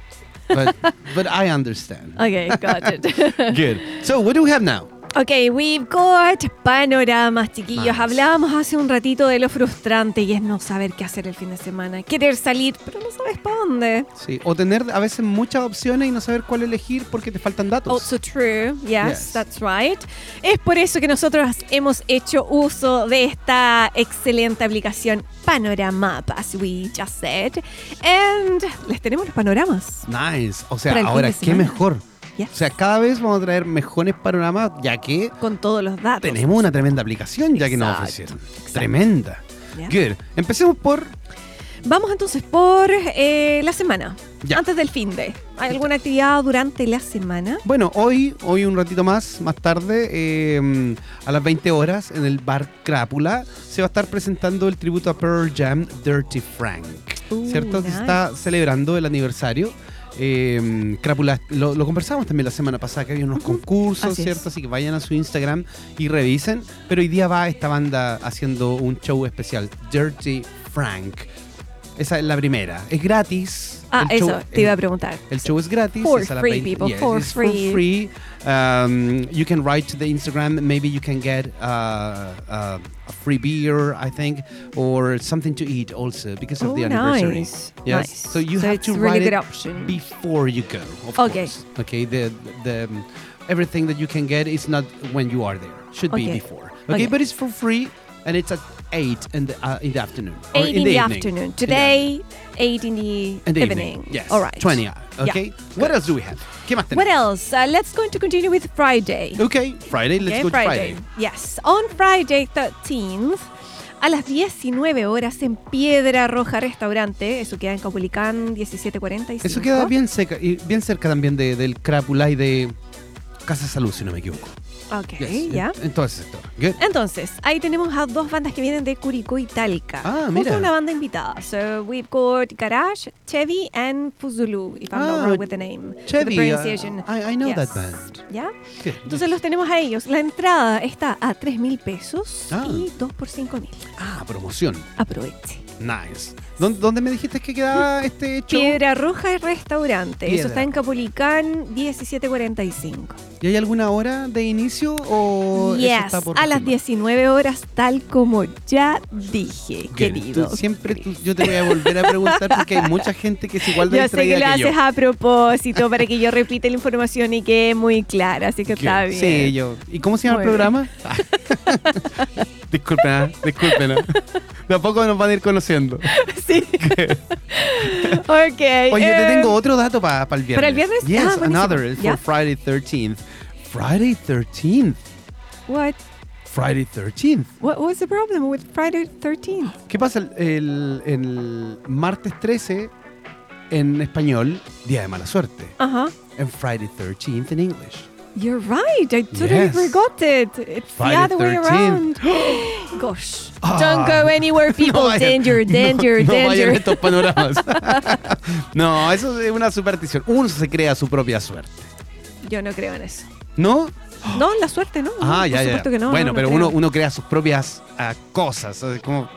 S1: but (laughs) but I understand.
S2: Okay, got
S1: (laughs)
S2: it.
S1: Good. So what do we have now?
S2: Ok, we've got panoramas, chiquillos.
S1: Vamos.
S2: Hablábamos hace un ratito de lo frustrante y es no saber qué hacer el fin de semana. Querer salir, pero no sabes para dónde.
S1: Sí, o tener a veces muchas opciones y no saber cuál elegir porque te faltan datos.
S2: Also Oh, true, yes,
S1: Yes.
S2: that's right. Es por eso que nosotros hemos hecho uso de esta excelente aplicación Panorama, as we just said. And les tenemos los panoramas.
S1: Nice. O sea,
S2: Para el fin
S1: ahora
S2: de
S1: qué
S2: semana.
S1: mejor.
S2: Yes.
S1: O sea, cada vez vamos a traer mejores panoramas ya que
S2: Con todos los datos.
S1: tenemos una tremenda aplicación ya que nos
S2: Exacto,
S1: ofrecieron. Tremenda.
S2: Ya.
S1: Good. Empecemos por
S2: Vamos entonces por eh, la semana.
S1: Ya.
S2: Antes del fin de. ¿Hay alguna actividad durante la semana?
S1: Bueno, hoy, hoy un ratito más, más tarde, eh, a las 20 horas, en el bar Crápula, se va a estar presentando el tributo a Pearl Jam Dirty Frank.
S2: Uh,
S1: ¿Cierto? Se
S2: nice.
S1: está celebrando el aniversario. Eh, Crápula, lo, lo conversamos también la semana pasada, que había unos concursos,
S2: Así es.
S1: ¿cierto? Así que vayan a su Instagram y revisen. Pero hoy día va esta banda haciendo un show especial, Dirty Frank. Esa es la primera. Es gratis.
S2: Ah,
S1: El
S2: eso,
S1: show-
S2: te iba a
S1: el-
S2: preguntar.
S1: el show is gratis.
S2: For
S1: it's a la
S2: free,
S1: 20
S2: people,
S1: Yes,
S2: for
S1: it's
S2: free.
S1: For free. Um, you can write to the Instagram. Maybe you can get uh, uh, a free beer, I think, or something to eat also because of
S2: Oh,
S1: the anniversary.
S2: nice,
S1: Yes.
S2: nice.
S1: So you
S2: So
S1: have
S2: it's
S1: to
S2: a really
S1: write
S2: good
S1: it
S2: option.
S1: before you go. Of
S2: Okay.
S1: Course. Okay. The the um, everything that you can get is not when you are there. Should be
S2: Okay.
S1: before.
S2: Okay.
S1: Okay, But it's for free, and it's at eight in the uh, in the afternoon. or
S2: 8 in the,
S1: evening.
S2: afternoon.
S1: In the afternoon.
S2: Today, 8 in the,
S1: In the
S2: evening.
S1: evening. Yes.
S2: All right.
S1: 20 hours.
S2: Yeah.
S1: Okay. What else do we have? ¿Qué más tenemos?
S2: What else? Uh, let's going to continue with Friday.
S1: Okay, Friday, let's
S2: Okay,
S1: go to Friday.
S2: Yes. On Friday 13th, a las 19 horas en Piedra Roja Restaurante. Eso queda en Caupolicán 1745.
S1: Eso queda bien seca, y bien cerca también de- del Crápula y de Casa Salud, si no me equivoco.
S2: Ok,
S1: Yes,
S2: ya.
S1: en- En todo ese sector.
S2: (laughs)
S1: Good.
S2: Entonces, ahí tenemos a dos bandas que vienen de Curicó y Talca.
S1: Ah,
S2: Justo
S1: mira.
S2: una banda invitada. So we've got Garage, Chevy and Fuzulu, if I'm not
S1: Ah,
S2: wrong with the name. with
S1: Chevy,
S2: the pronunciation.
S1: uh, I- I know that
S2: Yes.
S1: band.
S2: ¿Ya?
S1: Good.
S2: Entonces los tenemos a ellos. La entrada está a 3 mil pesos
S1: Ah.
S2: y 2 por 5 mil.
S1: Ah, promoción.
S2: Aproveche.
S1: Nice. ¿Dónde, dónde me dijiste que quedaba este show?
S2: Piedra Roja y Restaurante. Eso
S1: Piedra.
S2: está en Capulicán 1745.
S1: ¿Y hay alguna hora de inicio o Oh, eso
S2: yes,
S1: está por
S2: a las
S1: confirmar?
S2: 19 horas, tal como ya dije,
S1: Good.
S2: querido.
S1: Tú- siempre tú- yo te voy a volver a preguntar porque hay mucha gente que es igual de
S2: (laughs) Yo sé que lo
S1: distraída que yo.
S2: haces a propósito para que yo repita la información y quede muy clara, así que está
S1: Good.
S2: bien.
S1: Sí, yo. ¿Y cómo se llama el
S2: Muy
S1: programa? disculpen, ah, disculpen. ah. De a poco nos van a ir conociendo.
S2: (laughs) Sí. (laughs) ok.
S1: Oye,
S2: eh,
S1: te tengo otro dato para el viernes.
S2: ¿para el viernes?
S1: Yes,
S2: Ah, buenísimo.
S1: another is for
S2: Ya.
S1: Friday 13th. Friday 13th.
S2: What,
S1: Friday 13th.
S2: what was the problem with Friday 13th?
S1: ¿Qué pasa el, el- el martes 13 en español, día de mala suerte?
S2: Ajá.
S1: And Friday 13th in English.
S2: You're right. I totally
S1: Yes.
S2: forgot it. It's
S1: Friday
S2: the other way
S1: 13th.
S2: around.
S1: (gasps)
S2: Gosh.
S1: Ah.
S2: Don't go (laughs) anywhere, people.
S1: vayan-
S2: danger,
S1: (laughs) no-
S2: danger,
S1: no vayan
S2: danger.
S1: a
S2: (laughs)
S1: estos panoramas. no, eso es una superstición. Uno se crea su propia suerte.
S2: Yo no creo en eso.
S1: ¿No?
S2: (gasps) No, la suerte, ¿no?
S1: Ah,
S2: no,
S1: ya,
S2: Oh, por
S1: ya.
S2: supuesto que no.
S1: bueno,
S2: no, no
S1: pero
S2: creo.
S1: uno, uno crea sus propias ah, cosas. o sea, como,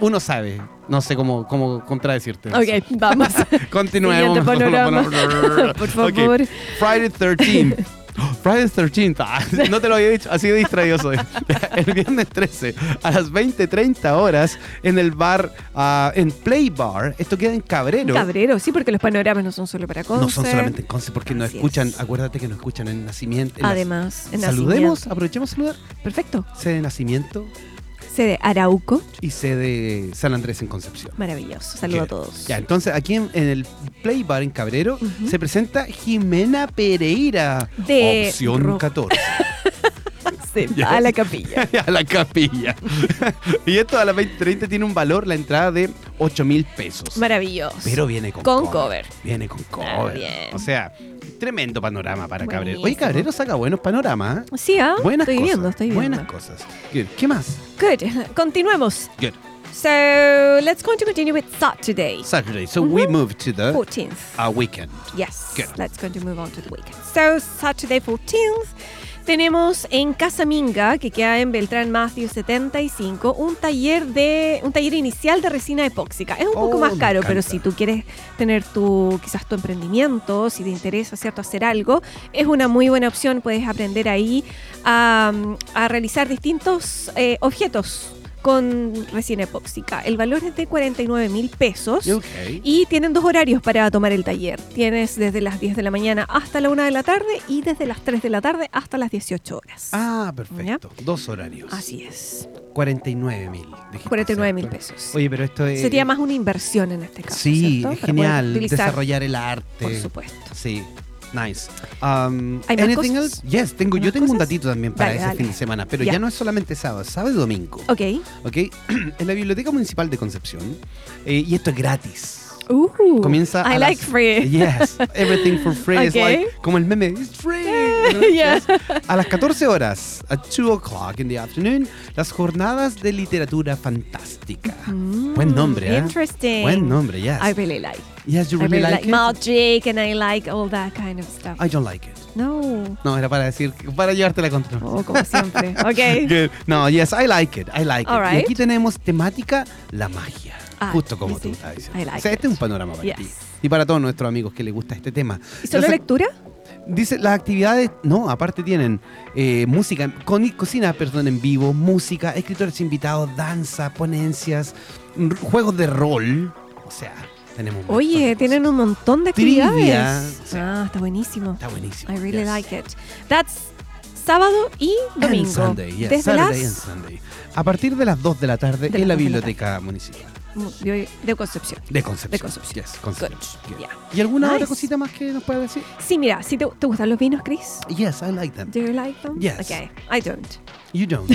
S1: uno sabe. No sé cómo, cómo contradecirte. en eso.
S2: Ok, (laughs) vamos.
S1: Continuemos.
S2: Siguiente panorama. (laughs)
S1: Ok,
S2: Por favor.
S1: Friday 13th. (gasps) Friday 13th.
S2: (laughs)
S1: Ah, no te lo había dicho, así de distraído soy. (laughs) El viernes 13 a las 20:30 horas en el bar, ah, en Play Bar. Esto queda en Cabrero.
S2: Cabrero, sí, porque los panoramas no son solo para Conce.
S1: No son solamente en Conce porque nos
S2: Así
S1: escuchan,
S2: es.
S1: acuérdate que nos escuchan en Nacimiento. en las-
S2: Además, en
S1: Saludemos,
S2: Nacimiento.
S1: aprovechemos de saludar.
S2: Perfecto.
S1: Sede de Nacimiento,
S2: C de Arauco.
S1: Y sé de San Andrés en Concepción.
S2: Maravilloso. Saludo a todos.
S1: Ya, entonces aquí en, en el Play Bar en Cabrero
S2: Ujú.
S1: se presenta Jimena Pereira,
S2: De
S1: opción
S2: Ro-
S1: 14,
S2: Se va
S1: Ya.
S2: (laughs) a la capilla.
S1: (laughs) a la capilla. (laughs) y esto a las 20.30 tiene un valor, la entrada de 8 mil pesos.
S2: Maravilloso.
S1: Pero viene con,
S2: Con cover.
S1: Viene con
S2: Ah,
S1: cover.
S2: bien.
S1: O sea, tremendo panorama para Cabrero. Oye,
S2: Buenísimo.
S1: Cabrero saca buenos panoramas. ¿eh?
S2: Sí, ¿ah?
S1: Buenas
S2: estoy
S1: cosas.
S2: viendo, estoy viendo.
S1: Buenas cosas. Good. ¿Qué más?
S2: Good. Continuemos.
S1: Good.
S2: So, let's going to continue with Saturday,
S1: Saturday. So we move to the
S2: 14th.
S1: uh, weekend.
S2: Yes.
S1: Good.
S2: Let's going to move on to the weekend. So, Saturday 14th, tenemos en Casa Minga, que queda en Beltrán Matthew 75, un taller de un taller inicial de resina epóxica. Es un poco
S1: Oh,
S2: más
S1: me
S2: caro, pero
S1: encanta.
S2: si tú quieres tener tu quizás tu emprendimiento, si te interesa, ¿cierto?, hacer algo, es una muy buena opción, puedes aprender ahí a, mm, a realizar distintos eh, objetos con resina epóxica. El valor es de 49 mil pesos.
S1: Okay.
S2: Y tienen dos horarios para tomar el taller. Tienes desde las 10 de la mañana hasta la 1 de la tarde y desde las 3 de la tarde hasta las 18 horas.
S1: Ah, perfecto. Dos horarios.
S2: Así es.
S1: 49 mil. dijiste,
S2: 49 mil
S1: ¿cierto?
S2: pesos.
S1: Oye, pero esto es.
S2: Sería más una inversión en este caso.
S1: eh, Sí,
S2: ¿cierto?
S1: es
S2: Para poder
S1: genial.
S2: utilizar,
S1: Desarrollar el arte.
S2: Por supuesto.
S1: Sí. Nice. Um,
S2: ¿Hay más
S1: anything
S2: cosas?
S1: else? Yes, tengo,
S2: ¿Hay
S1: yo
S2: más
S1: tengo un
S2: cosas?
S1: datito también para
S2: Dale,
S1: ese
S2: dale.
S1: fin de semana, pero
S2: Ya.
S1: ya no es solamente sábado, sábado y domingo.
S2: Ok.
S1: ¿ok? (clears throat) en la Biblioteca Municipal de Concepción. eh, y esto es gratis.
S2: Uh,
S1: Comienza
S2: I
S1: a
S2: like
S1: las- (laughs)
S2: free.
S1: Yes, everything for free. It's
S2: Ok.
S1: like, como el meme, it's
S2: (laughs)
S1: free. ¿no?
S2: Yeah.
S1: Yes. A las 14 horas, at 2 o'clock in the afternoon, las jornadas de literatura fantástica.
S2: Mm,
S1: Buen nombre, ¿eh?
S2: Interesting.
S1: Buen nombre, yes.
S2: I really like.
S1: yes, you
S2: I
S1: really,
S2: really
S1: like,
S2: like,
S1: it?
S2: magic and I like all that kind of stuff.
S1: I don't like it.
S2: no.
S1: No, era para decir, para llevarte la contra.
S2: Oh,
S1: (laughs)
S2: como siempre. Ok.
S1: Good. No, yes, I like it. I like
S2: All
S1: it.
S2: right.
S1: Y aquí tenemos temática la magia.
S2: Ah,
S1: justo como tú
S2: sí.
S1: estás diciendo.
S2: I like
S1: o sea, este
S2: it.
S1: es un panorama para
S2: Yes.
S1: ti. Y para todos nuestros amigos que les gusta este tema.
S2: ¿Y solo
S1: Entonces,
S2: lectura?
S1: Dice, las actividades, no, aparte tienen eh, música, con, cocina, perdón, en vivo, música, escritores invitados, danza, ponencias, r- juegos de rol. O sea, tenemos... un montón
S2: Oye,
S1: de
S2: tienen
S1: cosas.
S2: un montón de
S1: Trivia,
S2: actividades.
S1: sí.
S2: Ah, está buenísimo.
S1: Está buenísimo.
S2: I really
S1: yes.
S2: like it. That's sábado y
S1: And
S2: domingo.
S1: Sunday, yes,
S2: Desde
S1: Saturday and
S2: las
S1: Sunday. A partir de las 2 de la tarde
S2: De
S1: en la
S2: las dos de la
S1: Biblioteca Municipal.
S2: de, de Concepción.
S1: De Concepción.
S2: De Concepción.
S1: Yes, Concepción.
S2: Good.
S1: Yes.
S2: Yeah.
S1: ¿Y alguna otra
S2: Nice.
S1: cosita más que nos pueda decir?
S2: Sí, mira, si te, te gustan los vinos, Chris.
S1: Yes, I like them.
S2: Do you like them?
S1: Yes.
S2: Okay, I don't.
S1: You don't.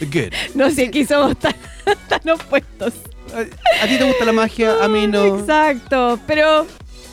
S1: Good. (laughs)
S2: No sé, aquí somos tan, (laughs) tan opuestos.
S1: A a ti te gusta la magia, a mí no.
S2: (laughs) Exacto, pero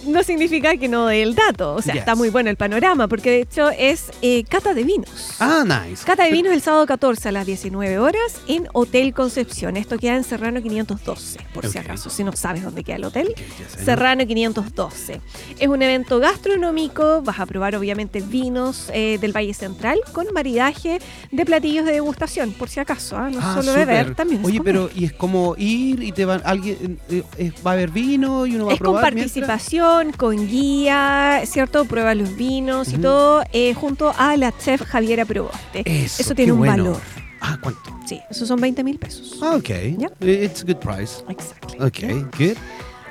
S2: no significa que no dé el dato. O sea,
S1: Yes.
S2: está muy bueno el panorama, porque de hecho es eh, cata de vinos.
S1: Ah, nice.
S2: Cata de vinos el sábado 14 a las 19 horas en Hotel Concepción. Esto queda en Serrano 512, por si
S1: Ok.
S2: acaso, si no sabes dónde queda el hotel.
S1: Okay, yes, I know.
S2: Serrano 512. Es un evento gastronómico, vas a probar obviamente vinos eh, del Valle Central con maridaje de platillos de degustación, por si acaso, ¿ah? no
S1: Ah,
S2: solo
S1: súper.
S2: beber, también es
S1: Oye,
S2: comer.
S1: pero y es como ir y te van alguien eh, eh, va a haber vino y uno va a
S2: Es con
S1: probar mientras?
S2: participación, con guía, ¿cierto? Prueba los vinos y
S1: Ujú.
S2: todo, eh, junto a la chef Javiera Proboste.
S1: Eso,
S2: tiene
S1: qué
S2: un
S1: bueno.
S2: valor.
S1: Ah, ¿cuánto?
S2: Sí, esos son 20 mil pesos.
S1: Ah, ok.
S2: Yeah.
S1: Eh, It's a good price.
S2: Exacto.
S1: Ok, good.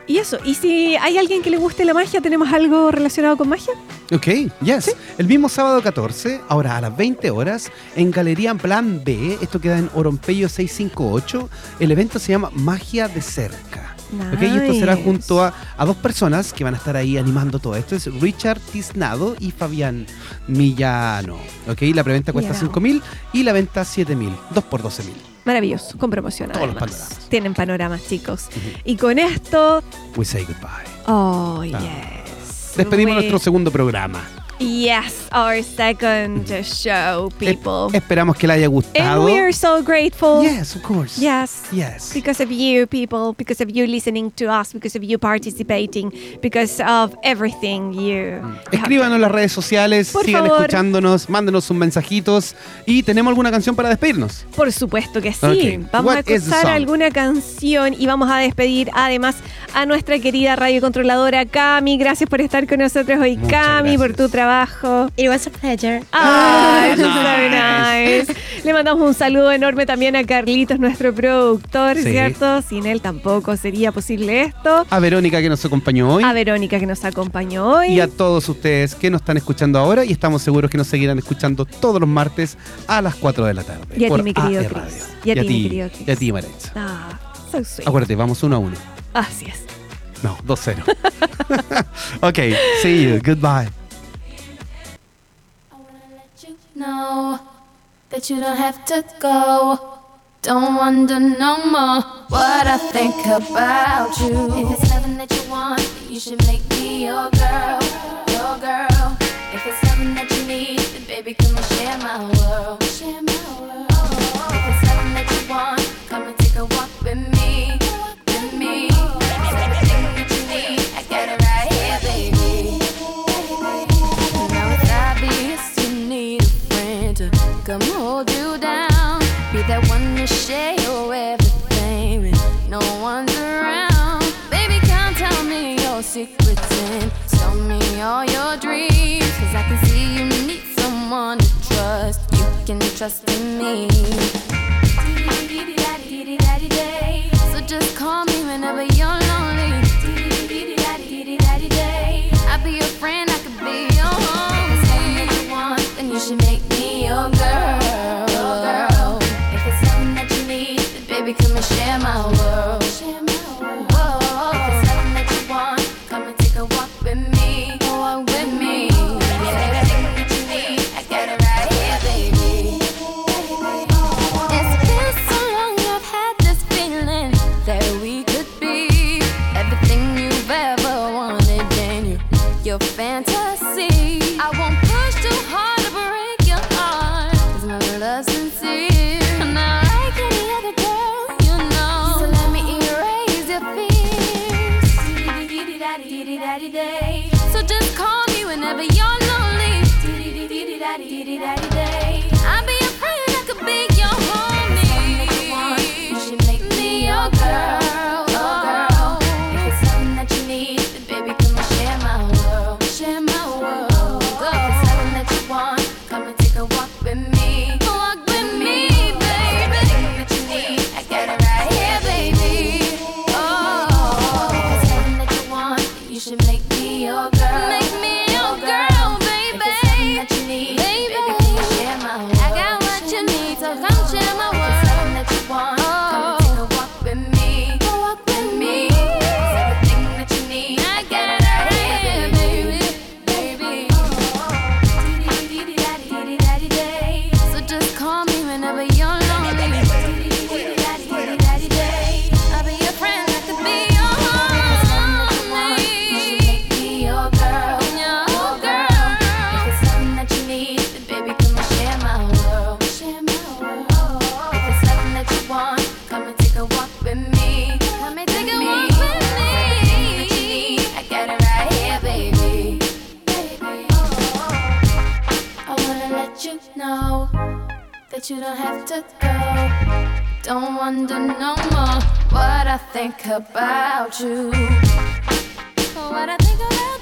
S2: Y eso, y si hay alguien que le guste la magia, ¿tenemos algo relacionado con magia?
S1: Ok, yes. El mismo sábado 14, ahora a las 20 horas, en Galería Plan B, esto queda en Orompeyo 658, el evento se llama Magia de Cerca. Ok, y esto será
S2: Nice.
S1: junto a, a dos personas que van a estar ahí animando todo esto. Es Richard Tiznado y Fabián Millano. Ok, la preventa cuesta
S2: Millano.
S1: 5.000 y la venta 7.000. 2 por 12.000.
S2: Maravilloso, con promoción
S1: Todos los
S2: además.
S1: panoramas.
S2: Tienen panoramas, chicos. Y con esto,
S1: We say goodbye.
S2: oh,
S1: Ah.
S2: yes.
S1: Despedimos
S2: We-
S1: nuestro segundo programa.
S2: Yes, our second show, people.
S1: Esperamos que le haya
S2: And
S1: gustado.
S2: we are so grateful.
S1: Yes, of course.
S2: Yes.
S1: Yes.
S2: Because of you, people, because of you listening to us, because of you participating, because of everything you. you have
S1: Mm. Escríbanos en las redes sociales,
S2: Por
S1: sigan
S2: favor.
S1: escuchándonos, mándenos sus mensajitos y tenemos alguna canción para despedirnos.
S2: Por supuesto que sí.
S1: Ok.
S2: Vamos a
S1: What is the
S2: escuchar
S1: song?
S2: alguna canción y vamos a despedir además a nuestra querida radio controladora Cami. Gracias por estar con nosotros hoy,
S1: Muchas
S2: Cami, por
S1: gracias. Ah,
S2: tu trabajo.
S5: It was a pleasure.
S2: Ay,
S1: Nice.
S2: so nice. Le mandamos un saludo enorme también a Carlitos, nuestro productor,
S1: Sí.
S2: ¿cierto? Sin él tampoco sería posible esto.
S1: A Verónica que nos acompañó hoy.
S2: A Verónica que nos acompañó hoy.
S1: Y a todos ustedes que nos están escuchando ahora y estamos seguros que nos seguirán escuchando todos los martes a las 4 de la tarde.
S2: Y a ti,
S1: por
S2: mi querido
S1: AE
S2: Chris.
S1: Radio.
S2: Y a ti, mi querido Chris.
S1: Y a ti, Maritza.
S2: Ah, so sweet.
S1: Acuérdate, vamos uno a uno.
S2: Así es.
S1: No,
S2: (laughs)
S1: 2-0. (laughs) ok, see you. Goodbye.
S3: I wanna let you know that you don't have to go. Don't wonder no more what I think about you. If it's loving that you want, you should make me your girl, your girl. If it's loving that you need, then baby, come and share my world. Share my world. If it's loving that you want, come and take a walk with me, with me. It's everything that you need, I got it right here, baby. Now it's obvious you need a friend to come hold you down. Be that one to share your everything when no one's around. Baby, come tell me your secrets and tell me all your dreams. Cause I can see you need someone to trust. You can trust in me. So just call me whenever you're lonely. I'll be your friend, I could be your homie. Then you should make me your girl. Your girl. If it's something that you need, then baby, come and share my world. Whoa. If it's something that you want, come and take a walk with me. Walk with me. It's everything that you need, I got it right here, baby. It's been so long I've had this feeling that we could be everything you've ever wanted and you, your fantasy. I won't push too hard to break your heart. 'cause my love's sincere. I'm not like any other girl, you know. So let me erase your fears. So just call me whenever you're lonely. I'll be your friend, I could be your homie. You should make me your girl, your girl. If it's something that you need, then baby, come and share my world, share my world. If it's something that you want, come and take a walk with me, walk with me, baby. Everything that you need, I got it right here, baby. Oh, if it's something that you want, you should make me your girl, make me your girl, baby. If it's something that you need, baby, come and share my world. I got what you need, so come share my world. If it's something that you want, come and take a walk with me. Go walk with me. It's everything that you need. I got it right here, baby, baby. So just call me whenever you're lonely. I'll be your friend, I could be your homie. Your girl, your girl. If it's something that you need, then baby, come and share my world. Share my world. If it's something that you want, come and take a walk with me. Come and take a walk with me. I got it right here, baby. oh, I wanna let you know that you don't have to go. Don't wonder no more what I think about you. What I think about